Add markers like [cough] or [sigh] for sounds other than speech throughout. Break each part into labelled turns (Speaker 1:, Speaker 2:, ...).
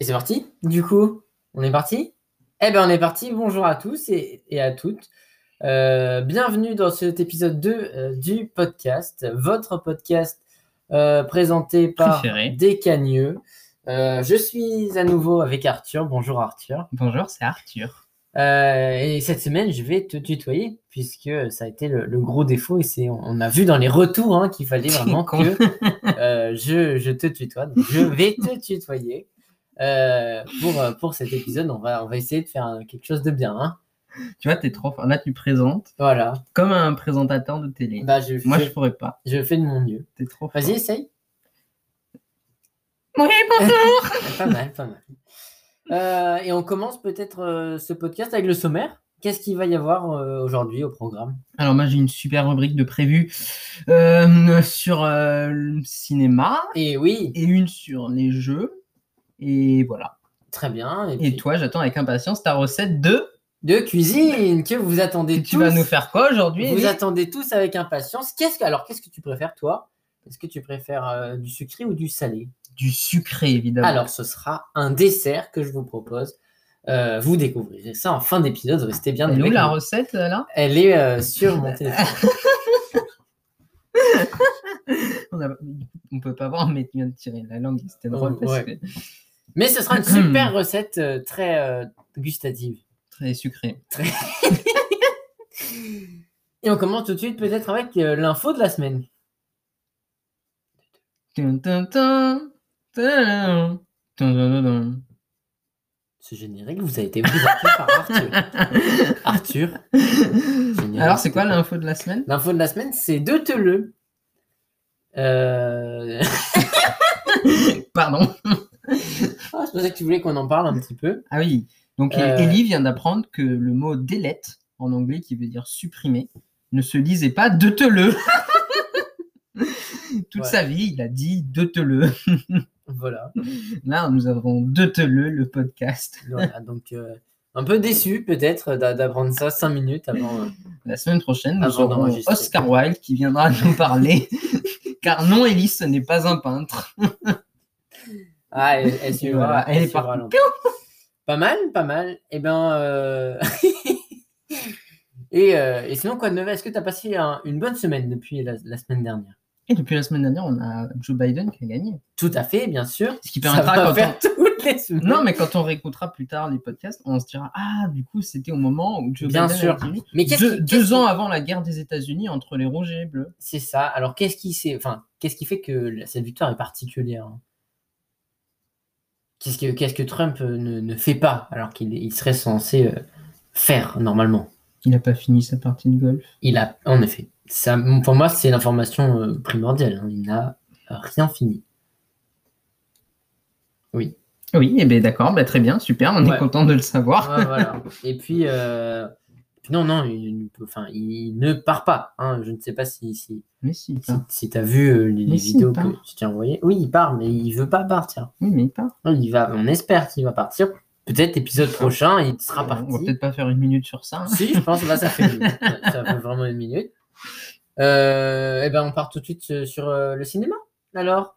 Speaker 1: c'est parti
Speaker 2: Du coup,
Speaker 1: On est parti Eh bien, on est parti. Bonjour à tous et, et à toutes. Euh, bienvenue dans cet épisode 2 euh, du podcast, votre podcast euh, présenté
Speaker 3: [laughs]
Speaker 1: par
Speaker 3: Préféré.
Speaker 1: Des Cagneux. Euh, je suis à nouveau avec Arthur. Bonjour Arthur.
Speaker 3: Bonjour, c'est Arthur.
Speaker 1: Euh, et cette semaine, je vais te tutoyer puisque ça a été le, le gros défaut et c'est on, on a vu dans les retours hein, qu'il fallait vraiment
Speaker 3: Con.
Speaker 1: que euh, je, je te tutoie. donc je vais te tutoyer. Euh, pour, euh, pour cet épisode, on va, on va essayer de faire euh, quelque chose de bien. hein.
Speaker 3: Tu vois, t'es trop fort. Là, tu présentes
Speaker 1: Voilà.
Speaker 3: comme un présentateur de télé.
Speaker 1: Bah, je,
Speaker 3: Moi,
Speaker 1: je,
Speaker 3: je pourrais pas.
Speaker 1: je fais de mon mieux.
Speaker 3: T'es trop fort.
Speaker 1: Vas-y, essaye.
Speaker 3: Oui, bonjour.
Speaker 1: pas mal, pas mal. Euh, et on commence peut-être euh, ce podcast avec le sommaire. Qu'est-ce qu'il va y avoir euh, aujourd'hui au programme
Speaker 3: Alors, moi, j'ai une super rubrique de prévu euh, sur euh, le cinéma
Speaker 1: Et oui,
Speaker 3: et une sur les jeux. Et voilà.
Speaker 1: très bien. Et,
Speaker 3: Et
Speaker 1: puis,
Speaker 3: toi, j'attends avec impatience ta recette de.
Speaker 1: de cuisine que vous attendez
Speaker 3: Et
Speaker 1: tous.
Speaker 3: tu vas nous faire quoi aujourd'hui
Speaker 1: Vous
Speaker 3: Ellie
Speaker 1: attendez tous avec impatience. Qu'est-ce que alors qu'est-ce que tu préfères toi Est-ce que tu préfères euh, du sucré ou du salé
Speaker 3: Du sucré, évidemment.
Speaker 1: Alors ce sera un dessert que je vous propose. Euh, vous découvrirez ça en fin d'épisode. Restez bien.
Speaker 3: Elle est où
Speaker 1: avec
Speaker 3: la
Speaker 1: nous.
Speaker 3: recette euh, là
Speaker 1: Elle est euh, sur mon
Speaker 3: [laughs]
Speaker 1: téléphone.
Speaker 3: on, a- on peut pas voir, mais tu viens de tirer la langue. C'était drôle
Speaker 1: Oh,
Speaker 3: parce
Speaker 1: ouais.
Speaker 3: que
Speaker 1: Mais ce sera une
Speaker 3: Hmm.
Speaker 1: super recette euh, très euh, gustative.
Speaker 3: très sucré.
Speaker 1: Et on commence tout de suite peut-être avec euh, l'info de la semaine.
Speaker 3: Dun, dun, dun. Tadam. Dun, dun, dun,
Speaker 1: Ce générique vous a été présenté par
Speaker 3: [laughs]
Speaker 1: Arthur.
Speaker 3: dun. [laughs]
Speaker 1: Arthur. générique.
Speaker 3: Alors, c'est quoi l'info de la semaine
Speaker 1: L'info de la semaine, c'est de Teleux. Euh... [laughs]
Speaker 3: Pardon.
Speaker 1: ah, je pensais que tu voulais qu'on en parle un petit peu.
Speaker 3: Ah oui. Donc,
Speaker 1: Euh.
Speaker 3: Ellie vient d'apprendre que le mot delete, en anglais, qui veut dire supprimer, ne se lisait pas de teleux. Toute
Speaker 1: Ouais.
Speaker 3: sa vie, il a dit de teleux.
Speaker 1: Voilà.
Speaker 3: Là, nous avons de teleux, le podcast.
Speaker 1: Voilà, donc, euh, un peu déçu peut-être d'a- d'apprendre ça cinq minutes avant. euh,
Speaker 3: La semaine prochaine, nous
Speaker 1: Avant
Speaker 3: aurons
Speaker 1: d'enregistrer.
Speaker 3: Oscar Wilde qui viendra [laughs] nous parler. Car non, Ellie, ce n'est pas un peintre.
Speaker 1: Ah, elle, elle suivra.
Speaker 3: Voilà, elle est
Speaker 1: suivra
Speaker 3: partie.
Speaker 1: l'enquête. Pas mal, pas mal. Eh bien. [laughs] et, euh, et sinon, quoi de neuf Est-ce que tu as passé un- une bonne semaine depuis la, la semaine dernière
Speaker 3: Et depuis la semaine dernière, on a Joe Biden qui a gagné.
Speaker 1: Tout à fait, bien sûr.
Speaker 3: Ce qui
Speaker 1: Ça
Speaker 3: permettra
Speaker 1: va
Speaker 3: quand
Speaker 1: faire
Speaker 3: on...
Speaker 1: toutes les semaines.
Speaker 3: Non, mais quand on réécoutera plus tard les podcasts, on se dira Ah, du coup, c'était au moment où Joe
Speaker 1: Bien
Speaker 3: Biden
Speaker 1: sûr.
Speaker 3: a gagné.
Speaker 1: mais qu'est-ce
Speaker 3: Deux,
Speaker 1: qui-
Speaker 3: deux
Speaker 1: qu'est-ce
Speaker 3: ans avant la guerre des États-Unis entre les rouges et les bleus.
Speaker 1: C'est ça. Alors, qu'est-ce qui, c'est- enfin, qu'est-ce qui fait que la- cette victoire est particulière hein Qu'est-ce que, qu'est-ce que Trump euh, ne, ne fait pas alors qu'il il serait censé euh, faire normalement
Speaker 3: Il n'a pas fini sa partie de golf.
Speaker 1: Il a, en effet, ça, pour moi, c'est l'information euh, primordiale. hein. Il n'a rien fini.
Speaker 3: Oui, et ben d'accord, ben, très bien, super, on
Speaker 1: Ouais.
Speaker 3: est content de le savoir.
Speaker 1: Ouais, voilà. Et puis, euh, puis non, non, il, il peut- enfin, il ne part pas. hein. Je ne sais pas si, si,
Speaker 3: Mais si, il
Speaker 1: si,
Speaker 3: part.
Speaker 1: si t'as vu euh, les,
Speaker 3: Ah. Mais
Speaker 1: les
Speaker 3: si, il
Speaker 1: vidéos que
Speaker 3: part.
Speaker 1: je t'ai envoyées. Oui, il part, mais il veut pas partir.
Speaker 3: Oui, mais il part.
Speaker 1: Non, Il va, on espère qu'il va partir. Peut-être épisode prochain, il sera
Speaker 3: Euh, on va
Speaker 1: parti.
Speaker 3: peut-être pas faire une minute sur ça. hein.
Speaker 1: Si, je pense, là, ça fait, une minute. ça ça fait vraiment une minute. Euh, eh ben, on part tout de suite euh, sur euh, le cinéma. Alors,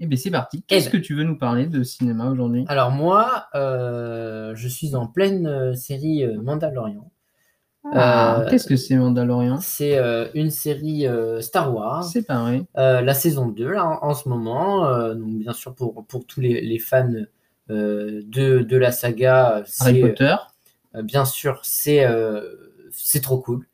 Speaker 3: Eh ben c'est parti. Qu'est-ce
Speaker 1: ben.
Speaker 3: que tu veux nous parler de cinéma aujourd'hui
Speaker 1: alors moi, euh, je suis en pleine euh, série euh, Mandalorian.
Speaker 3: Ah,
Speaker 1: Euh,
Speaker 3: Qu'est-ce que c'est Mandalorian
Speaker 1: C'est euh, une série euh, Star Wars.
Speaker 3: C'est pareil.
Speaker 1: Euh, la saison 2 là, en, en ce moment. euh, donc, bien sûr, pour, pour tous les, les fans euh, de, de la saga,
Speaker 3: Harry
Speaker 1: c'est, euh,
Speaker 3: Potter.
Speaker 1: Euh, bien sûr, c'est euh, c'est trop cool.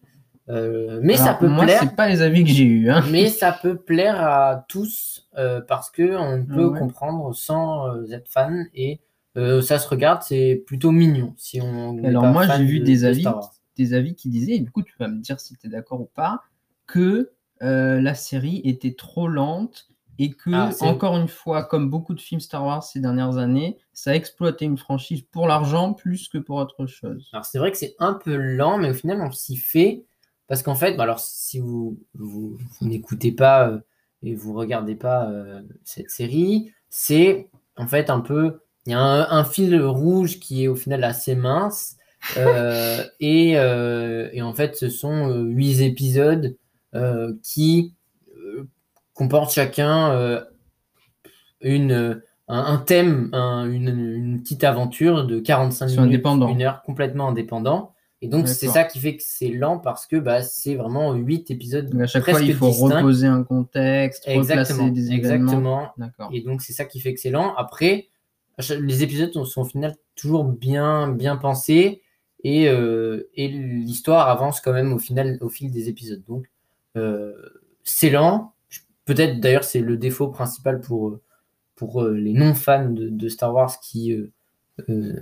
Speaker 1: Euh, mais ça
Speaker 3: Alors,
Speaker 1: peut
Speaker 3: moi,
Speaker 1: plaire.
Speaker 3: c'est pas les avis que j'ai eu. Hein.
Speaker 1: Mais ça peut plaire à tous euh, parce que on peut
Speaker 3: Ah Ouais.
Speaker 1: comprendre sans euh, être fan et euh, ça se regarde, c'est plutôt mignon. Si on n'est
Speaker 3: Alors,
Speaker 1: pas
Speaker 3: moi,
Speaker 1: fan
Speaker 3: j'ai vu
Speaker 1: de-
Speaker 3: des
Speaker 1: de
Speaker 3: avis
Speaker 1: Star Wars.
Speaker 3: des avis qui disaient, et du coup tu vas me dire si tu es d'accord ou pas, que euh, la série était trop lente et que,
Speaker 1: Ah, c'est-
Speaker 3: encore une fois, comme beaucoup de films Star Wars ces dernières années, ça a exploité une franchise pour l'argent plus que pour autre chose.
Speaker 1: Alors c'est vrai que c'est un peu lent, mais au final on s'y fait parce qu'en fait, bah, alors si vous vous, vous n'écoutez pas euh, et vous regardez pas euh, cette série, c'est en fait un peu il y a un, un fil rouge qui est au final assez mince euh,
Speaker 3: [laughs]
Speaker 1: et, euh, et en fait ce sont euh, huit épisodes euh, qui euh, comportent chacun euh, une un, un thème, un- une, une petite aventure de 45
Speaker 3: Sur
Speaker 1: minutes,
Speaker 3: indépendant.
Speaker 1: une heure complètement indépendant. Et donc, c'est
Speaker 3: D'accord.
Speaker 1: ça qui fait que c'est lent parce que bah, c'est vraiment 8 épisodes
Speaker 3: Donc à chaque
Speaker 1: presque
Speaker 3: fois, il faut
Speaker 1: distincts.
Speaker 3: reposer un contexte,
Speaker 1: Exactement.
Speaker 3: replacer des événements.
Speaker 1: Exactement.
Speaker 3: D'accord.
Speaker 1: Et donc, c'est ça qui fait excellent. Après, à chaque- les épisodes sont, sont au final toujours bien, bien pensés et, euh, et l'histoire avance quand même au, final, au fil des épisodes. Donc, euh, c'est lent. Je- Peut-être d'ailleurs, c'est le défaut principal pour, euh, pour euh, les non-fans de, de Star Wars qui. euh, euh,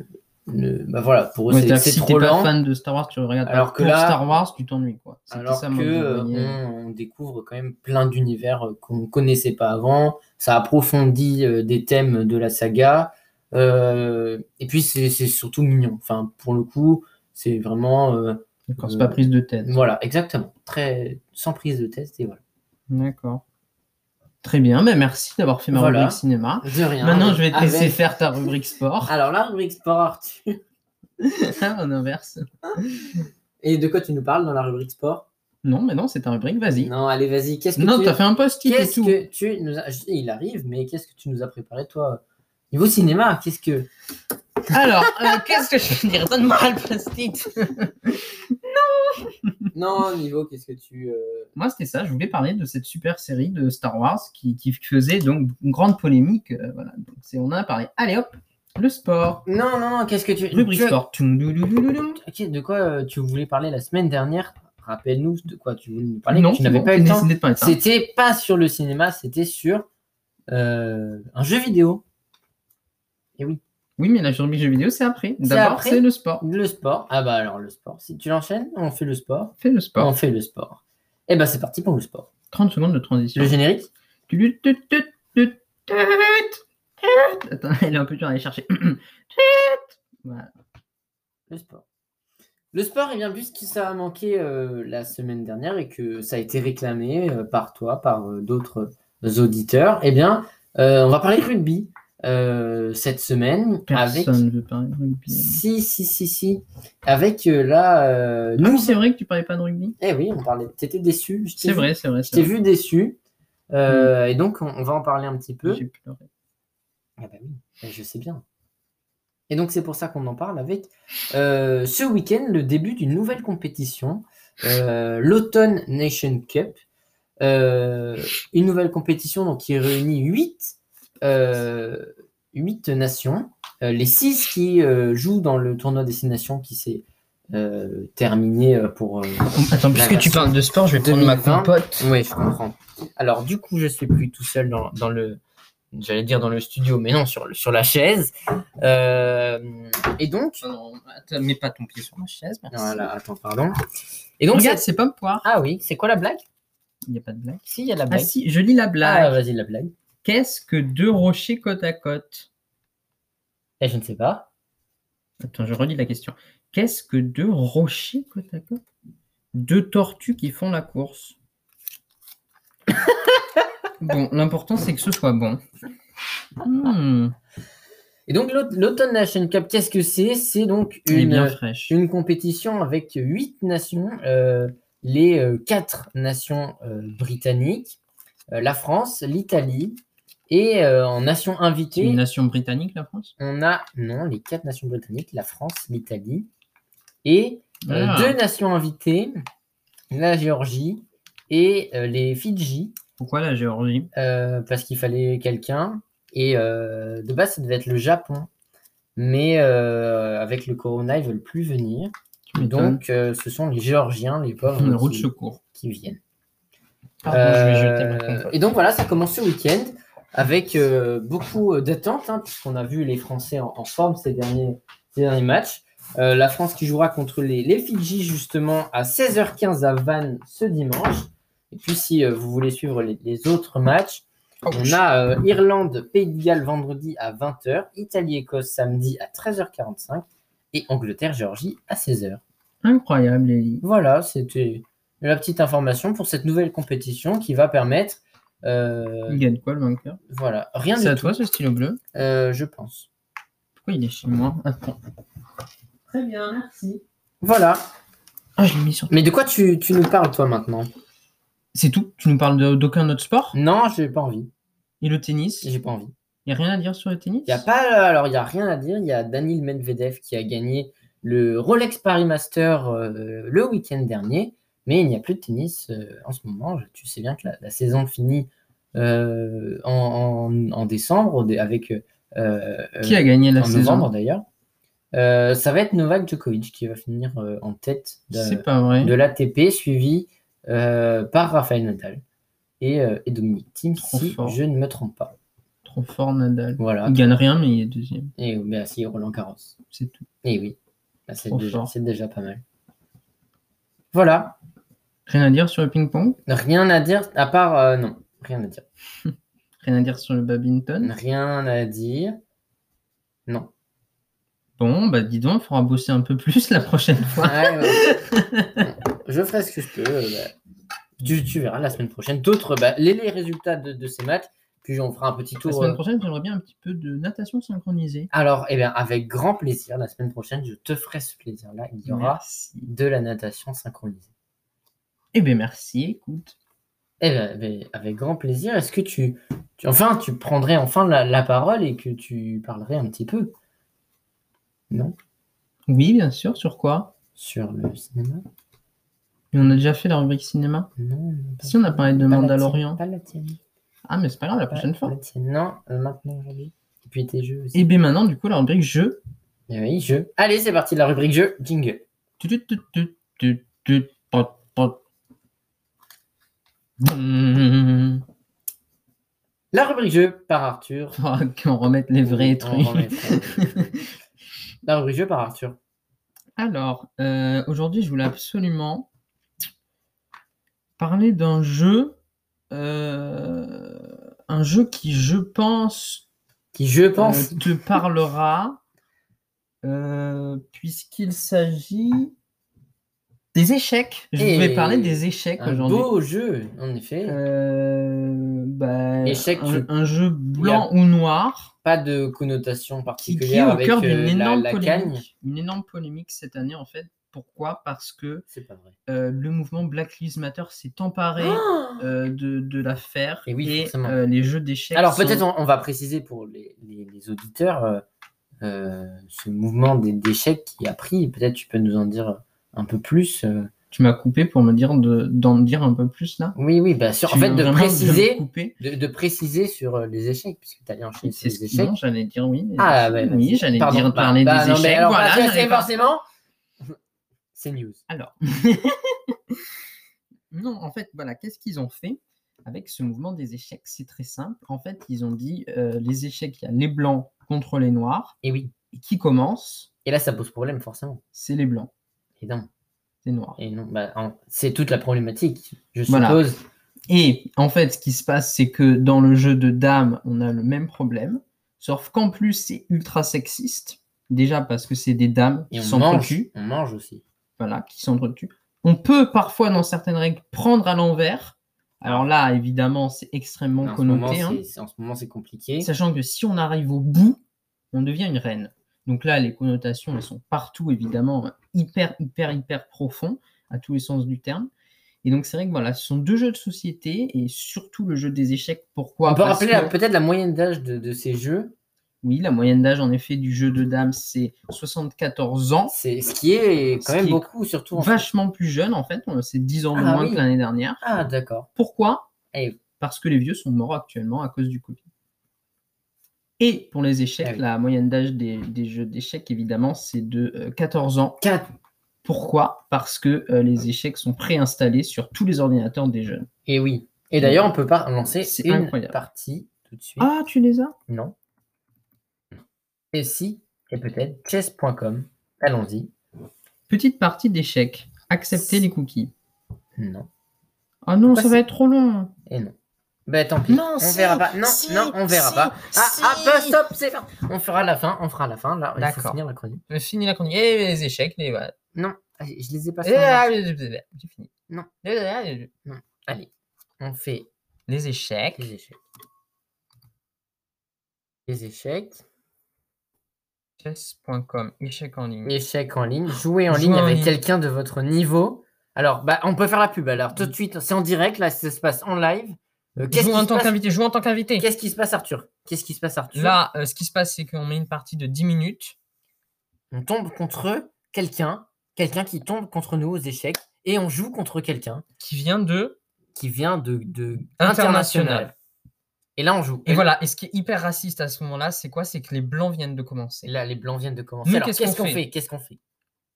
Speaker 1: ne- bah voilà, pour eux,
Speaker 3: Ouais,
Speaker 1: c'est
Speaker 3: t'as-
Speaker 1: c'est
Speaker 3: si t'es
Speaker 1: trop
Speaker 3: pas
Speaker 1: lent.
Speaker 3: fan de Star Wars, tu regardes pas
Speaker 1: Alors que
Speaker 3: pour
Speaker 1: là-
Speaker 3: Star Wars, tu t'ennuies quoi. C'était
Speaker 1: Alors
Speaker 3: ça,
Speaker 1: que
Speaker 3: moi, je
Speaker 1: euh,
Speaker 3: voyais.
Speaker 1: on, on découvre quand même plein d'univers euh, qu'on ne connaissait pas avant. Ça approfondit euh, des thèmes de la saga. Euh, et puis c'est c'est surtout mignon. Enfin, pour le coup, c'est vraiment euh,
Speaker 3: D'accord, c'est pas prise de tête.
Speaker 1: voilà, exactement, très sans prise de test et voilà.
Speaker 3: D'accord. Très bien, mais merci d'avoir fait ma
Speaker 1: Voilà.
Speaker 3: rubrique cinéma.
Speaker 1: De rien.
Speaker 3: Maintenant, je vais te
Speaker 1: Hein, Avec- Ah.
Speaker 3: laisser faire ta rubrique [laughs] sport.
Speaker 1: Alors la rubrique sport, Arthur. [laughs]
Speaker 3: On inverse.
Speaker 1: Et de quoi tu nous parles dans la rubrique sport
Speaker 3: Non, mais non, c'est ta rubrique, vas-y.
Speaker 1: Non, allez, vas-y. Qu'est-ce que
Speaker 3: Non,
Speaker 1: tu
Speaker 3: t'as fait un post-it et
Speaker 1: Qu'est-ce
Speaker 3: tout.
Speaker 1: que tu nous as... je- Il arrive, mais qu'est-ce que tu nous as préparé toi niveau cinéma Qu'est-ce que
Speaker 3: [laughs] Alors,
Speaker 1: [laughs]
Speaker 3: euh, qu'est-ce que je veux dire Donne-moi le post-it.
Speaker 1: Non, niveau, qu'est-ce que tu. euh,
Speaker 3: Moi, c'était ça. Je voulais parler de cette super série de Star Wars qui, qui faisait donc une grande polémique. euh, voilà. Donc, c'est, on en a parlé. Allez, hop, le sport.
Speaker 1: Non, non, non, qu'est-ce que tu.
Speaker 3: Rubrique
Speaker 1: tu-
Speaker 3: sport. Toum-dou-dou-dou-dou-dou.
Speaker 1: Ok, de quoi euh, tu voulais parler la semaine dernière Rappelle-nous de quoi tu voulais nous parler.
Speaker 3: non,
Speaker 1: que tu n'avais
Speaker 3: c'est
Speaker 1: pas eu
Speaker 3: bon,
Speaker 1: le temps.
Speaker 3: décidé de pas être, hein.
Speaker 1: C'était pas sur le cinéma, c'était sur euh, un jeu vidéo.
Speaker 3: Oui, mais la journée jeux vidéo, c'est après.
Speaker 1: C'est
Speaker 3: D'abord,
Speaker 1: après.
Speaker 3: c'est le sport.
Speaker 1: Le sport. Ah bah alors le sport. Si tu l'enchaînes, on fait le sport.
Speaker 3: Fais le
Speaker 1: On
Speaker 3: sport.
Speaker 1: fait le sport. Et bah c'est parti pour le sport.
Speaker 3: 30 secondes de transition.
Speaker 1: Le générique
Speaker 3: Tut, tut, tut, tut, tut, tut. Attends, elle est un peu dure à aller chercher. [clears throat] Tut. Voilà.
Speaker 1: Le sport. Le sport, eh bien, puisque ça a manqué euh, la semaine dernière et que ça a été réclamé euh, par toi, par euh, d'autres auditeurs, eh bien, euh, on va parler rugby euh, cette semaine avec.
Speaker 3: Personne ne veut parler de rugby.
Speaker 1: Si, si, si, si. Avec euh, la. euh,
Speaker 3: Ah
Speaker 1: nou-
Speaker 3: oui, c'est vrai que tu parlais pas de rugby
Speaker 1: Eh oui, on parlait. T'étais déçu. je t'ai
Speaker 3: C'est
Speaker 1: vu-
Speaker 3: vrai, c'est vrai.
Speaker 1: Je
Speaker 3: c'est
Speaker 1: t'ai
Speaker 3: vrai. Mm.
Speaker 1: vu déçu. Euh, Et donc, on, on va en parler un petit peu.
Speaker 3: J'ai pleuré.
Speaker 1: Ah bah oui, bah je sais bien. Et donc c'est pour ça qu'on en parle avec euh, ce week-end le début d'une nouvelle compétition, euh, l'Automne Nation Cup. Euh, une nouvelle compétition donc, qui réunit huit euh, huit nations, euh, les six qui euh, jouent dans le tournoi Destination qui s'est euh, terminé euh, pour... euh,
Speaker 3: Attends,
Speaker 1: puisque tu
Speaker 3: parles de sport, je vais
Speaker 1: prendre ma
Speaker 3: compote.
Speaker 1: oui, je comprends. Alors, du coup, je suis plus tout seul dans, dans le. J'allais dire dans le studio, mais non, sur, le- sur la chaise. Euh, et donc.
Speaker 3: Oh Attends, mets pas ton pied sur ma chaise. Merci.
Speaker 1: Voilà, attends, pardon. Et donc.
Speaker 3: Regarde,
Speaker 1: c'est-
Speaker 3: c'est pas poire.
Speaker 1: Ah oui, c'est quoi la blague
Speaker 3: Il n'y a pas de blague.
Speaker 1: Si, il y a la
Speaker 3: Ah
Speaker 1: blague.
Speaker 3: si, je lis la
Speaker 1: Ah,
Speaker 3: blague.
Speaker 1: vas-y, la blague.
Speaker 3: Qu'est-ce que deux rochers côte à côte
Speaker 1: Eh, je ne sais pas.
Speaker 3: Attends, je relis la question. Qu'est-ce que deux rochers côte à côte Deux tortues qui font la course. bon, l'important c'est que ce soit bon. Hmm,
Speaker 1: Et donc, l'aut- l'Automne Nation Cup, qu'est-ce que c'est C'est donc
Speaker 3: elle est
Speaker 1: une.
Speaker 3: Eh bien fraîche.
Speaker 1: une compétition avec huit nations, euh, les euh, quatre nations euh, britanniques, euh, la France, l'Italie, et euh, en nation
Speaker 3: C'est une
Speaker 1: invitée,
Speaker 3: nation britannique, la France
Speaker 1: on a, non, les quatre nations britanniques, la France, l'Italie, et euh,
Speaker 3: Ah,
Speaker 1: deux nations invitées, la Géorgie et euh, les Fidji,
Speaker 3: Pourquoi la Géorgie
Speaker 1: euh, parce qu'il fallait quelqu'un, et euh, de base, ça devait être le Japon. Mais euh, avec le corona, ils veulent plus venir.
Speaker 3: Tu m'étonnes.
Speaker 1: Donc, euh, ce sont les Géorgiens, les pauvres,
Speaker 3: La route de
Speaker 1: qui,
Speaker 3: secours.
Speaker 1: qui viennent.
Speaker 3: Pardon, je vais
Speaker 1: Euh,
Speaker 3: jeter ma compote.
Speaker 1: et donc, voilà, ça commence ce week-end avec euh, beaucoup euh, d'attentes, hein, puisqu'on a vu les Français en, en forme ces derniers, ces derniers matchs. Euh, la France qui jouera contre les, les Fidji, justement, à 16h15 à Vannes ce dimanche. Et puis, si euh, vous voulez suivre les, les autres matchs,
Speaker 3: Oh,
Speaker 1: on a euh, Irlande, Pays de Galles vendredi à 20h, Italie-Écosse samedi à 13h45 et Angleterre-Géorgie à 16h.
Speaker 3: Incroyable, Ellie.
Speaker 1: Voilà, c'était la petite information pour cette nouvelle compétition qui va permettre. euh,
Speaker 3: Il gagne quoi le vainqueur
Speaker 1: voilà, rien
Speaker 3: C'est
Speaker 1: de euh,
Speaker 3: à toi ce stylo bleu
Speaker 1: je pense.
Speaker 3: Pourquoi il est chez moi Ah, Attends. Très bien, merci.
Speaker 1: Voilà.
Speaker 3: Ah, je l'ai mis sur.
Speaker 1: Mais de quoi tu, tu nous parles, toi, maintenant
Speaker 3: C'est tout Tu nous parles de- d'aucun autre sport
Speaker 1: Non, j'ai pas envie.
Speaker 3: Et le tennis
Speaker 1: J'ai pas envie.
Speaker 3: Il n'y a rien à dire sur le tennis
Speaker 1: Il y a pas, alors il n'y a rien à dire. Il y a Daniel Medvedev qui a gagné le Rolex Paris Master euh, le week-end dernier, mais il n'y a plus de tennis euh, en ce moment. Je- Tu sais bien que la, la saison finit euh, en, en- en décembre dé- avec euh,
Speaker 3: Qui
Speaker 1: euh,
Speaker 3: a gagné la
Speaker 1: en novembre
Speaker 3: saison
Speaker 1: d'ailleurs. Euh, ça va être Novak Djokovic qui va finir euh, en tête de,
Speaker 3: C'est pas vrai.
Speaker 1: de l'ATP, suivi euh, par Rafael Nadal et, euh, et Dominique Thiem,
Speaker 3: Trop
Speaker 1: si
Speaker 3: fort. Mm.
Speaker 1: je ne me trompe pas.
Speaker 3: Trop fort Nadal.
Speaker 1: Voilà.
Speaker 3: Il gagne rien, mais il est deuxième.
Speaker 1: Et bah, si Roland Garros.
Speaker 3: C'est tout.
Speaker 1: Et oui, Bah, c'est
Speaker 3: Trop
Speaker 1: déjà,
Speaker 3: fort.
Speaker 1: c'est déjà pas mal. Voilà,
Speaker 3: Rien à dire sur le ping-pong
Speaker 1: rien à dire, à part, euh, non, rien à dire.
Speaker 3: Rien à dire sur le badminton
Speaker 1: Rien à dire. Non.
Speaker 3: Bon, bah dis donc, il faudra bosser un peu plus la prochaine
Speaker 1: [laughs]
Speaker 3: fois.
Speaker 1: Ouais, ouais. [laughs] je ferai ce que je peux. euh, bah, tu, tu verras la semaine prochaine. D'autres, bah, les, les résultats de, de ces matchs, puis on fera un petit
Speaker 3: La
Speaker 1: tour.
Speaker 3: semaine
Speaker 1: euh,
Speaker 3: prochaine, j'aimerais bien un petit peu de natation synchronisée.
Speaker 1: Alors, eh bien, avec grand plaisir, la semaine prochaine, je te ferai ce plaisir-là. Il y aura
Speaker 3: Merci.
Speaker 1: de la natation synchronisée.
Speaker 3: Eh bien, merci, écoute.
Speaker 1: Eh ben, ben, avec grand plaisir. Est-ce que tu, tu- enfin, tu prendrais enfin la, la parole et que tu parlerais un petit peu
Speaker 3: Oui, bien sûr, sur quoi
Speaker 1: sur le cinéma
Speaker 3: Mais on a déjà fait la rubrique cinéma.
Speaker 1: Non. non, pas-
Speaker 3: Si on a parlé de
Speaker 1: pas la
Speaker 3: Mandalorian.
Speaker 1: tienne, Pas la tienne.
Speaker 3: Ah, mais c'est pas grave, la
Speaker 1: Pas
Speaker 3: prochaine fois.
Speaker 1: la tienne. Non, euh, maintenant aujourd'hui. Et puis tes jeux aussi.
Speaker 3: Et bien maintenant, du coup, la rubrique jeu.
Speaker 1: Eh Oui, jeu. Allez, c'est parti. La rubrique jeu. Jingle.
Speaker 3: Tu, tu, tu, tu, tu, tu, pot, pot. Mmh.
Speaker 1: La rubrique jeu par Arthur.
Speaker 3: Oh, Qu'on remette [laughs] les vrais
Speaker 1: On
Speaker 3: trucs.
Speaker 1: remet ça. la rubrique jeu par Arthur.
Speaker 3: Alors, euh, aujourd'hui, je voulais absolument parler d'un jeu. euh, un jeu qui, je pense,
Speaker 1: Qui, je
Speaker 3: euh,
Speaker 1: pense,
Speaker 3: te parlera, euh, puisqu'il s'agit des échecs. Je
Speaker 1: Et
Speaker 3: vais parler des échecs
Speaker 1: un
Speaker 3: aujourd'hui.
Speaker 1: beau jeu, en effet.
Speaker 3: Euh, bah,
Speaker 1: Échec,
Speaker 3: un,
Speaker 1: tu-
Speaker 3: un jeu blanc ou noir
Speaker 1: Pas de connotation
Speaker 3: qui, qui
Speaker 1: particulière
Speaker 3: est au
Speaker 1: avec
Speaker 3: cœur d'une
Speaker 1: euh, la,
Speaker 3: énorme
Speaker 1: la cagne.
Speaker 3: polémique. Une énorme polémique cette année en fait. Pourquoi Parce que
Speaker 1: C'est pas vrai.
Speaker 3: euh, le mouvement Black Lives Matter s'est emparé euh, de, de l'affaire
Speaker 1: Et oui, forcément.
Speaker 3: euh, les jeux d'échecs.
Speaker 1: Alors
Speaker 3: sont-
Speaker 1: peut-être on, on va préciser pour les, les- les auditeurs euh, euh, ce mouvement des déchets qui a pris. Peut-être tu peux nous en dire un peu plus. euh.
Speaker 3: Tu m'as coupé pour me dire de- d'en dire un peu plus là.
Speaker 1: Oui, oui, bah, sur, en
Speaker 3: Tu
Speaker 1: fait
Speaker 3: veux
Speaker 1: de
Speaker 3: vraiment
Speaker 1: préciser,
Speaker 3: me couper
Speaker 1: de, de préciser sur euh, les échecs, puisque tu allais enchaîner sur
Speaker 3: C'est ce
Speaker 1: les
Speaker 3: que
Speaker 1: échecs.
Speaker 3: non, j'allais dire oui. mais-
Speaker 1: Ah, ouais,
Speaker 3: oui,
Speaker 1: vas-y.
Speaker 3: j'allais
Speaker 1: Pardon,
Speaker 3: dire
Speaker 1: bah,
Speaker 3: parler
Speaker 1: bah,
Speaker 3: des
Speaker 1: non, mais
Speaker 3: échecs.
Speaker 1: alors,
Speaker 3: voilà,
Speaker 1: parce que c'est
Speaker 3: j'allais pas-
Speaker 1: forcément. [laughs] C'est news.
Speaker 3: Alors, non, en fait, voilà, qu'est-ce qu'ils ont fait avec ce mouvement des échecs C'est très simple. En fait, ils ont dit euh, les échecs, il y a les blancs contre les noirs.
Speaker 1: Et oui.
Speaker 3: Et qui commence
Speaker 1: Et là, ça pose problème forcément.
Speaker 3: C'est les blancs,
Speaker 1: Et non.
Speaker 3: les noirs.
Speaker 1: Et non. Bah, en- c'est toute la problématique. Je suppose.
Speaker 3: Voilà. Et en fait, ce qui se passe, c'est que dans le jeu de dames, on a le même problème. Sauf qu'en plus, c'est ultra sexiste. Déjà parce que c'est des dames
Speaker 1: Et
Speaker 3: qui
Speaker 1: on mange.
Speaker 3: s'entretuent.
Speaker 1: On mange aussi.
Speaker 3: voilà, qui s'entretuent. On peut parfois, dans certaines règles, prendre à l'envers. Alors là, évidemment, c'est extrêmement
Speaker 1: en, ce
Speaker 3: connoté.
Speaker 1: moment,
Speaker 3: hein.
Speaker 1: c'est- c'est- en ce moment, c'est compliqué.
Speaker 3: sachant que si on arrive au bout, on devient une reine. Donc là, les connotations, elles sont partout, évidemment, hyper, hyper, hyper profond, à tous les sens du terme. Et donc, c'est vrai que voilà, ce sont deux jeux de société, et surtout le jeu des échecs. Pourquoi
Speaker 1: On peut
Speaker 3: Parce
Speaker 1: rappeler
Speaker 3: que-
Speaker 1: la- peut-être la moyenne d'âge de, de ces jeux,
Speaker 3: Oui, la moyenne d'âge, en effet, du jeu de dames, c'est 74 ans.
Speaker 1: c'est ce qui est
Speaker 3: Ce
Speaker 1: quand
Speaker 3: qui
Speaker 1: même
Speaker 3: est
Speaker 1: beaucoup, surtout en France.
Speaker 3: Vachement plus jeune, en fait. Euh, C'est 10 ans de
Speaker 1: Ah
Speaker 3: moins
Speaker 1: oui.
Speaker 3: que l'année dernière.
Speaker 1: Ah d'accord.
Speaker 3: Pourquoi
Speaker 1: Eh.
Speaker 3: Parce que les vieux sont morts actuellement à cause du Covid. Et pour les échecs,
Speaker 1: Ah oui.
Speaker 3: la moyenne d'âge des, des jeux d'échecs, évidemment, c'est de euh, 14 ans.
Speaker 1: Quatre-
Speaker 3: Pourquoi Parce que euh,
Speaker 1: Ah
Speaker 3: les échecs sont préinstallés sur tous les ordinateurs des jeunes.
Speaker 1: Et oui. Et d'ailleurs, on peut pas lancer
Speaker 3: C'est
Speaker 1: une
Speaker 3: incroyable.
Speaker 1: partie tout de suite.
Speaker 3: Ah, tu les as
Speaker 1: Non. Et si, et peut-être, chess.com. Allons-y.
Speaker 3: Petite partie d'échecs. Accepter les cookies.
Speaker 1: Non.
Speaker 3: Ah non,
Speaker 1: Pourquoi
Speaker 3: ça va
Speaker 1: c'est-
Speaker 3: être trop long.
Speaker 1: Et non. Ben tant pis.
Speaker 2: Non,
Speaker 1: on
Speaker 2: si,
Speaker 1: verra pas. Non,
Speaker 2: si,
Speaker 1: non, on verra
Speaker 2: si,
Speaker 1: pas. Ah, ah,
Speaker 2: si.
Speaker 1: bah, stop, c'est parti. On fera la fin, on fera la fin. Là, il faut
Speaker 3: D'accord.
Speaker 1: finir la chronique.
Speaker 3: Je finis la chronique. Et les échecs, les voilà.
Speaker 1: Non, ah, je les ai pas
Speaker 3: Et-
Speaker 1: fait. en
Speaker 3: ah,
Speaker 1: ordre.
Speaker 3: J'ai fini.
Speaker 1: Non.
Speaker 3: Les
Speaker 1: Allez, on fait
Speaker 3: échecs.
Speaker 1: les échecs. Les échecs.
Speaker 3: Chess.com. Échecs en ligne.
Speaker 1: Échec en ligne, jouer en
Speaker 3: Jouer
Speaker 1: ligne
Speaker 3: en
Speaker 1: avec
Speaker 3: ligne.
Speaker 1: quelqu'un de votre niveau. Alors, bah, on peut faire la pub alors, tout de suite, c'est en direct, là, ça se passe en live. Euh, Qu'est-ce
Speaker 3: Joue
Speaker 1: qui,
Speaker 3: Mm. en
Speaker 1: se
Speaker 3: tant
Speaker 1: passe-
Speaker 3: qu'invité. Joue en tant qu'invité.
Speaker 1: qu'est-ce qui se passe, Arthur Qu'est-ce qui se passe, Arthur
Speaker 3: Là, euh, ce qui se passe, c'est qu'on met une partie de 10 minutes.
Speaker 1: On tombe contre quelqu'un, quelqu'un qui tombe contre nous aux échecs, et on joue contre quelqu'un
Speaker 3: qui vient de
Speaker 1: qui vient de, de
Speaker 3: international.
Speaker 1: Et là, on joue.
Speaker 3: Et voilà, et ce qui est hyper raciste à ce moment-là, c'est quoi C'est que les blancs viennent de
Speaker 1: Et
Speaker 3: commencer.
Speaker 1: là, les blancs viennent de commencer.
Speaker 3: Nous,
Speaker 1: Alors,
Speaker 3: qu'est-ce
Speaker 1: qu'est-ce
Speaker 3: qu'on
Speaker 1: qu'on
Speaker 3: fait
Speaker 1: fait Qu'est-ce qu'on fait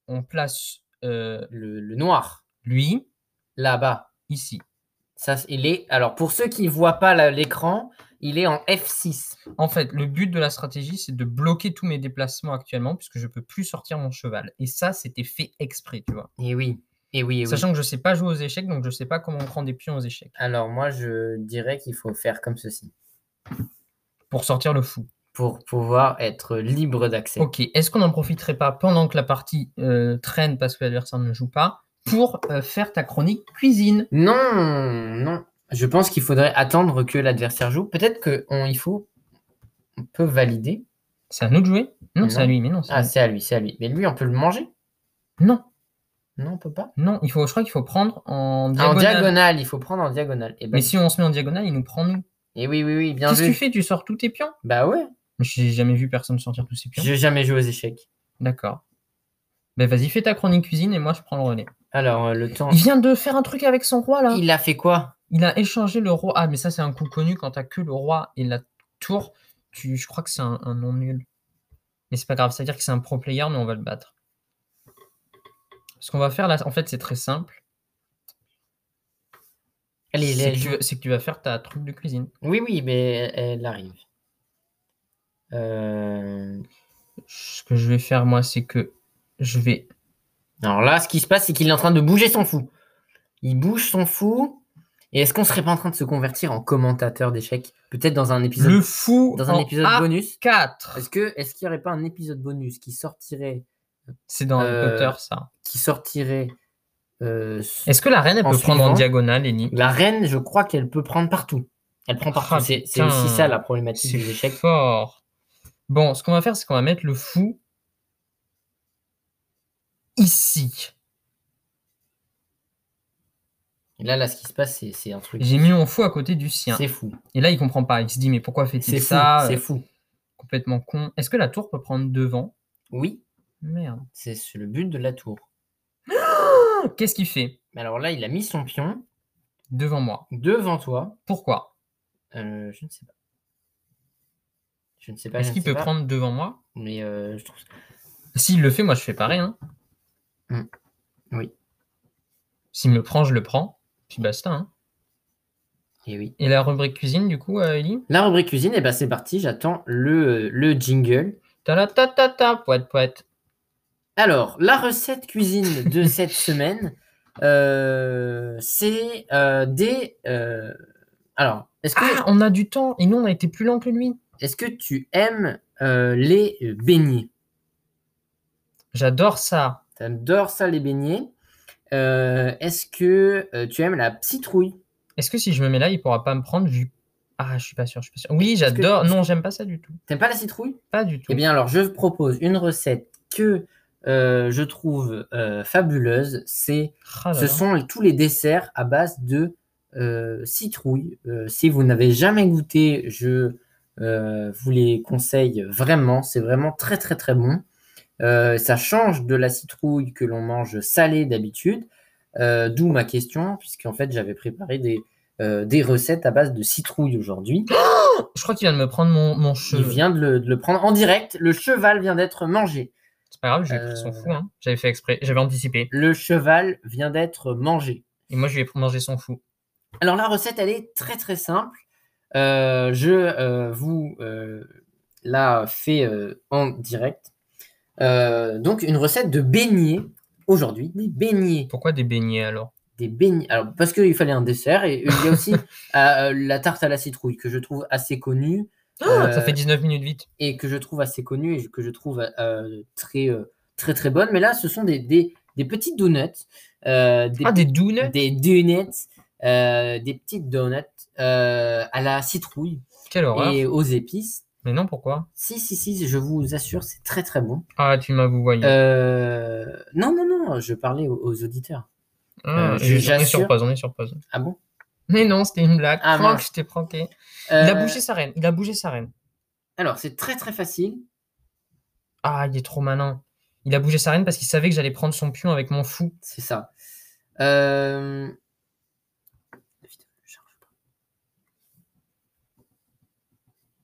Speaker 3: On place euh,
Speaker 1: le, le noir,
Speaker 3: lui
Speaker 1: là-bas.
Speaker 3: ici.
Speaker 1: Ça, c'est- il est. Alors, pour ceux qui ne voient pas la- l'écran, il est en F6.
Speaker 3: En fait, le but de la stratégie, c'est de bloquer tous mes déplacements actuellement, puisque je peux plus sortir mon cheval. Et ça, c'était fait exprès, tu vois.
Speaker 1: Et oui. Et oui, et oui.
Speaker 3: Sachant que je sais pas jouer aux échecs, donc je sais pas comment on prend des pions aux échecs.
Speaker 1: Alors, moi, je dirais qu'il faut faire comme ceci
Speaker 3: Pour sortir le fou.
Speaker 1: pour pouvoir être libre d'accès.
Speaker 3: Ok, est-ce qu'on n'en profiterait pas pendant que la partie euh, traîne parce que l'adversaire ne joue pas pour euh, faire ta chronique cuisine
Speaker 1: Non, non. Je pense qu'il faudrait attendre que l'adversaire joue. Peut-être qu'il faut. On peut valider.
Speaker 3: C'est à nous de jouer Non, c'est
Speaker 1: Non.
Speaker 3: à lui, mais non. c'est à
Speaker 1: Ah,
Speaker 3: nous.
Speaker 1: c'est à lui, c'est à lui. Mais lui, on peut le manger
Speaker 3: non,
Speaker 1: Non, on peut pas.
Speaker 3: non, il faut, je crois qu'il faut prendre en
Speaker 1: Ah,
Speaker 3: diagonale.
Speaker 1: En diagonale, il faut prendre en diagonale. Et,
Speaker 3: Mais si on se met en diagonale, il nous prend nous.
Speaker 1: et oui, oui, oui, bien
Speaker 3: Qu'est-ce que tu
Speaker 1: vu.
Speaker 3: fais Tu sors tous tes pions
Speaker 1: Bah ouais,
Speaker 3: Mais J'ai jamais vu personne sortir tous ses pions.
Speaker 1: j'ai jamais joué aux échecs.
Speaker 3: D'accord. Ben vas-y, fais ta chronique cuisine et moi je prends le relais.
Speaker 1: Alors, euh, le temps.
Speaker 3: Il vient de faire un truc avec son roi là.
Speaker 1: Il a fait quoi
Speaker 3: Il a échangé le roi. Ah, mais ça c'est un coup connu quand t'as que le roi et la tour. Tu... Je crois que c'est un, un nom nul. Mais c'est pas grave, c'est-à-dire que c'est un pro player, mais on va le battre. Ce qu'on va faire là, en fait, c'est très simple.
Speaker 1: Allez,
Speaker 3: C'est
Speaker 1: elle
Speaker 3: que, tu
Speaker 1: joue.
Speaker 3: vas- c'est que tu vas faire ta truc de cuisine.
Speaker 1: Oui, oui, mais elle arrive. Euh,
Speaker 3: Ce que je vais faire moi, c'est que je vais.
Speaker 1: Alors là, ce qui se passe, c'est qu'il est en train de bouger son fou. Il bouge son fou. Et est-ce qu'on serait pas en train de se convertir en commentateur d'échecs Peut-être dans un épisode,
Speaker 3: Le fou Oh, ah.
Speaker 1: dans un
Speaker 3: en
Speaker 1: épisode
Speaker 3: A4.
Speaker 1: bonus. Est-ce que est-ce qu'il n'y aurait pas un épisode bonus qui sortirait
Speaker 3: C'est dans Harry
Speaker 1: Euh,
Speaker 3: Potter ça.
Speaker 1: qui sortirait euh, s-
Speaker 3: Est-ce que la reine elle
Speaker 1: en
Speaker 3: peut prendre en
Speaker 1: suivant-
Speaker 3: diagonale, Ellie
Speaker 1: La reine, je crois qu'elle peut prendre partout. Elle prend partout.
Speaker 3: Ah,
Speaker 1: c'est c'est
Speaker 3: putain.
Speaker 1: aussi ça la problématique
Speaker 3: C'est
Speaker 1: des échecs.
Speaker 3: fort. Bon, ce qu'on va faire, c'est qu'on va mettre le fou ici.
Speaker 1: Et là, là, ce qui se passe, c'est- c'est un truc.
Speaker 3: J'ai mis mon fou à côté du sien.
Speaker 1: C'est fou.
Speaker 3: Et là, il comprend pas. Il se dit, mais pourquoi
Speaker 1: C'est
Speaker 3: fait-il
Speaker 1: fou.
Speaker 3: ça
Speaker 1: C'est
Speaker 3: Euh,
Speaker 1: fou.
Speaker 3: Complètement con. Est-ce que la tour peut prendre devant
Speaker 1: Oui,
Speaker 3: Merde.
Speaker 1: c'est c'est le but de la tour.
Speaker 3: Qu'est-ce qu'il fait
Speaker 1: Mais Alors là, il a mis son pion
Speaker 3: devant moi
Speaker 1: devant toi.
Speaker 3: Pourquoi
Speaker 1: Euh, je ne sais pas. Je ne sais pas. Ben, je
Speaker 3: Est-ce
Speaker 1: ne
Speaker 3: qu'il
Speaker 1: sais
Speaker 3: peut
Speaker 1: pas.
Speaker 3: prendre devant moi
Speaker 1: Mais euh, je trouve. ça-
Speaker 3: S'il le fait, moi, je fais pareil. Hein.
Speaker 1: Hmm. Oui.
Speaker 3: S'il me prend, je le prends. Puis basta. hein.
Speaker 1: Et Eh oui.
Speaker 3: Et la rubrique cuisine, du coup, euh, Ellie
Speaker 1: La rubrique cuisine, et ben c'est parti. J'attends le, euh, le jingle.
Speaker 3: Ta la ta ta ta, poète poète.
Speaker 1: Alors, la recette cuisine [laughs] de cette semaine, euh, c'est euh, des. euh, alors, est-ce que
Speaker 3: Ah, on a du temps. Et nous, on a été plus lent que lui.
Speaker 1: Est-ce que tu aimes euh, les euh, beignets
Speaker 3: J'adore ça.
Speaker 1: T'adores ça, les beignets. Euh, Est-ce que euh, tu aimes la citrouille
Speaker 3: Est-ce que si je me mets là, il pourra pas me prendre vu Ah, je suis pas sûr, je suis pas sûr.
Speaker 1: Est-ce
Speaker 3: Oui,
Speaker 1: que-
Speaker 3: j'adore.
Speaker 1: est-ce
Speaker 3: Non, j'aime pas ça du tout.
Speaker 1: T'aimes pas la citrouille
Speaker 3: Pas du tout.
Speaker 1: Eh bien, alors, je vous propose une recette que euh, je trouve euh, fabuleuse. C'est,
Speaker 3: Ah là
Speaker 1: ce
Speaker 3: là.
Speaker 1: sont tous les desserts à base de euh, citrouille. Euh, si vous n'avez jamais goûté, je euh, vous les conseille vraiment. C'est vraiment très, très, très bon. Euh, ça change de la citrouille que l'on mange salée d'habitude. Euh, D'où ma question, puisqu'en fait, j'avais préparé des, euh, des recettes à base de citrouille aujourd'hui.
Speaker 3: Ah, Je crois qu'il vient de me prendre mon, mon
Speaker 1: Je
Speaker 3: cheveu.
Speaker 1: viens de le, de le prendre en direct. Le cheval vient d'être mangé.
Speaker 3: C'est pas grave, je lui ai pris son
Speaker 1: Euh.
Speaker 3: fou. hein. J'avais fait exprès. J'avais anticipé.
Speaker 1: Le cheval vient d'être mangé.
Speaker 3: Et moi, je lui ai mangé son fou.
Speaker 1: Alors, la recette, elle est très, très simple. Euh, je euh, vous euh, la fais euh, en direct. Euh, donc, une recette de beignets aujourd'hui. Des beignets
Speaker 3: Pourquoi des beignets alors
Speaker 1: des beignets. Alors, parce qu'il fallait un dessert, et il y a aussi euh, la tarte à la citrouille, que je trouve assez connue,
Speaker 3: Ah, Ça
Speaker 1: Euh.
Speaker 3: fait 19 minutes vite.
Speaker 1: et que je trouve assez connue, et que je trouve euh, très, euh, très, très bonne. Mais là, ce sont des, des, des petites donuts. euh, des,
Speaker 3: Ah, des dounes
Speaker 1: des donuts, euh, des petites donuts euh, à la citrouille
Speaker 3: Quelle horreur.
Speaker 1: et aux épices.
Speaker 3: Mais non, pourquoi
Speaker 1: Si, si, si, je vous assure, c'est très, très bon.
Speaker 3: Ah, tu m'as vouvoyé.
Speaker 1: Euh, non, non, non, je parlais aux, aux auditeurs.
Speaker 3: Ah,
Speaker 1: euh,
Speaker 3: et
Speaker 1: je-
Speaker 3: on est sur
Speaker 1: j'assure.
Speaker 3: pause, on est sur pause.
Speaker 1: Ah bon
Speaker 3: Mais non, c'était une blague.
Speaker 1: Ah,
Speaker 3: Franck,
Speaker 1: mince.
Speaker 3: je t'ai planté. Il a
Speaker 1: Euh,
Speaker 3: bougé sa reine. Il a bougé sa reine.
Speaker 1: Alors, c'est très très facile.
Speaker 2: Ah, il est trop malin. Il a bougé sa reine parce qu'il savait que j'allais prendre son pion avec mon fou.
Speaker 1: C'est ça. Euh,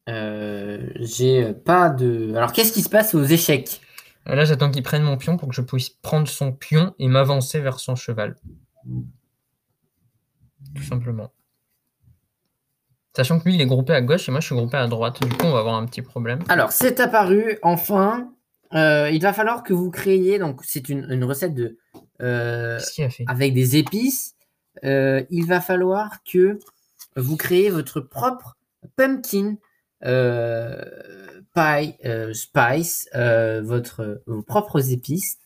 Speaker 1: Euh, j'ai pas de. Alors, qu'est-ce qui se passe aux échecs
Speaker 2: Ah, Là, j'attends qu'il prenne mon pion pour que je puisse prendre son pion et m'avancer vers son cheval. Tout simplement. Sachant que lui, il est groupé à gauche et moi, je suis groupé à droite. Du coup, on va avoir un petit problème.
Speaker 1: Alors, c'est apparu, enfin. Euh, il va falloir que vous créiez. Donc, c'est une, une recette de, euh,
Speaker 2: Qu'est-ce qu'il a fait
Speaker 1: avec des épices. Euh, il va falloir que vous créez votre propre pumpkin euh, pie euh, spice, euh, votre, vos propres épices,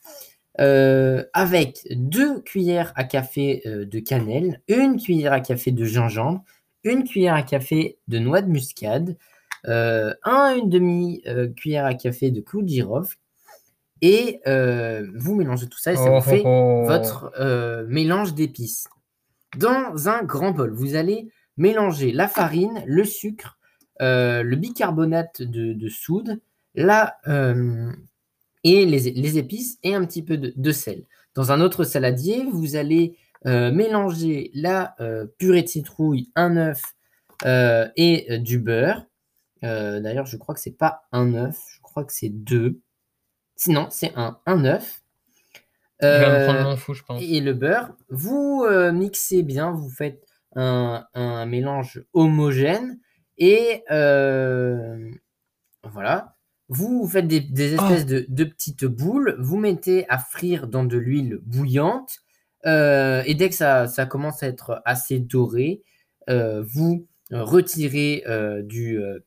Speaker 1: euh, avec deux cuillères à café euh, de cannelle, une cuillère à café de gingembre, une cuillère à café de noix de muscade, euh, un une demi euh, cuillère à café de clou de girofle, et euh, vous mélangez tout ça et ça
Speaker 2: Oh,
Speaker 1: vous fait
Speaker 2: oh, oh.
Speaker 1: votre euh, mélange d'épices. Dans un grand bol, vous allez mélanger la farine, le sucre, euh, le bicarbonate de, de soude, la, euh, et les, les épices et un petit peu de, de sel. Dans un autre saladier, vous allez euh, mélanger la euh, purée de citrouille, un œuf euh, et euh, du beurre. Euh, D'ailleurs, je crois que c'est pas un œuf, je crois que c'est deux. Sinon, c'est un, un œuf.
Speaker 2: Il va me
Speaker 1: Euh,
Speaker 2: prendre mon fou, je pense.
Speaker 1: et le beurre. Vous euh, mixez bien, vous faites un, un mélange homogène et euh, voilà. Vous faites des, des espèces de, de petites boules, vous mettez à frire dans de l'huile bouillante euh, et dès que ça, ça commence à être assez doré, euh, vous retirez euh, du, euh,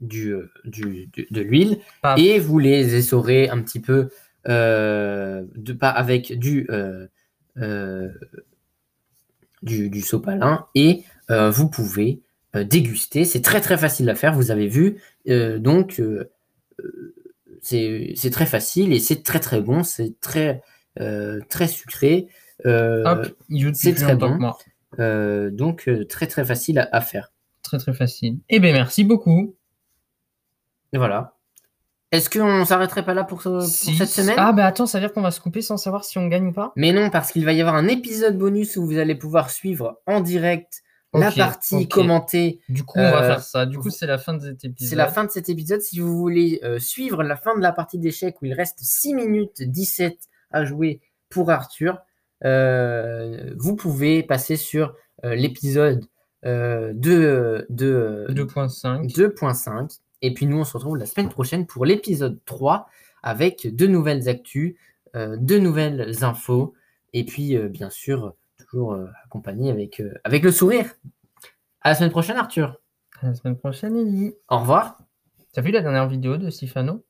Speaker 1: du, euh, du- du- de l'huile
Speaker 2: Pas-
Speaker 1: et vous les essorez un petit peu euh, de pas avec du euh, euh, du, du sopalin et euh, vous pouvez euh, déguster c'est très très facile à faire vous avez vu Euh, donc euh, euh, c'est c'est très facile et c'est très très bon c'est très euh, très sucré Euh,
Speaker 2: Hop, il joue
Speaker 1: c'est
Speaker 2: depuis plus
Speaker 1: très
Speaker 2: longtemps
Speaker 1: bon.
Speaker 2: que moi.
Speaker 1: euh, donc euh, très très facile à, à faire
Speaker 2: Très très facile. Eh bien, merci beaucoup.
Speaker 1: Et voilà est-ce qu'on s'arrêterait pas là pour, ce- Euh, pour
Speaker 2: Si-
Speaker 1: cette semaine
Speaker 2: Ah bah attends, ça veut dire qu'on va se couper sans savoir si on gagne ou pas
Speaker 1: Mais non, parce qu'il va y avoir un épisode bonus où vous allez pouvoir suivre en direct la
Speaker 2: Ok,
Speaker 1: partie
Speaker 2: ok.
Speaker 1: commentée.
Speaker 2: Du coup, on va
Speaker 1: Euh,
Speaker 2: faire ça. Du coup, c'est la fin de cet épisode.
Speaker 1: C'est la fin de cet épisode. Si vous voulez euh, suivre la fin de la partie d'échecs où il reste 6 minutes 17 à jouer pour Arthur, euh, vous pouvez passer sur euh, l'épisode euh, de, de,
Speaker 2: 2.5.
Speaker 1: 2.5. Et puis nous, on se retrouve la semaine prochaine pour l'épisode 3 avec de nouvelles actus, euh, de nouvelles infos. Et puis, euh, bien sûr, toujours euh, accompagné avec, euh, avec le sourire. À la semaine prochaine, Arthur.
Speaker 2: À la semaine prochaine, Ellie.
Speaker 1: Au revoir.
Speaker 2: T'as vu la dernière vidéo de Stefano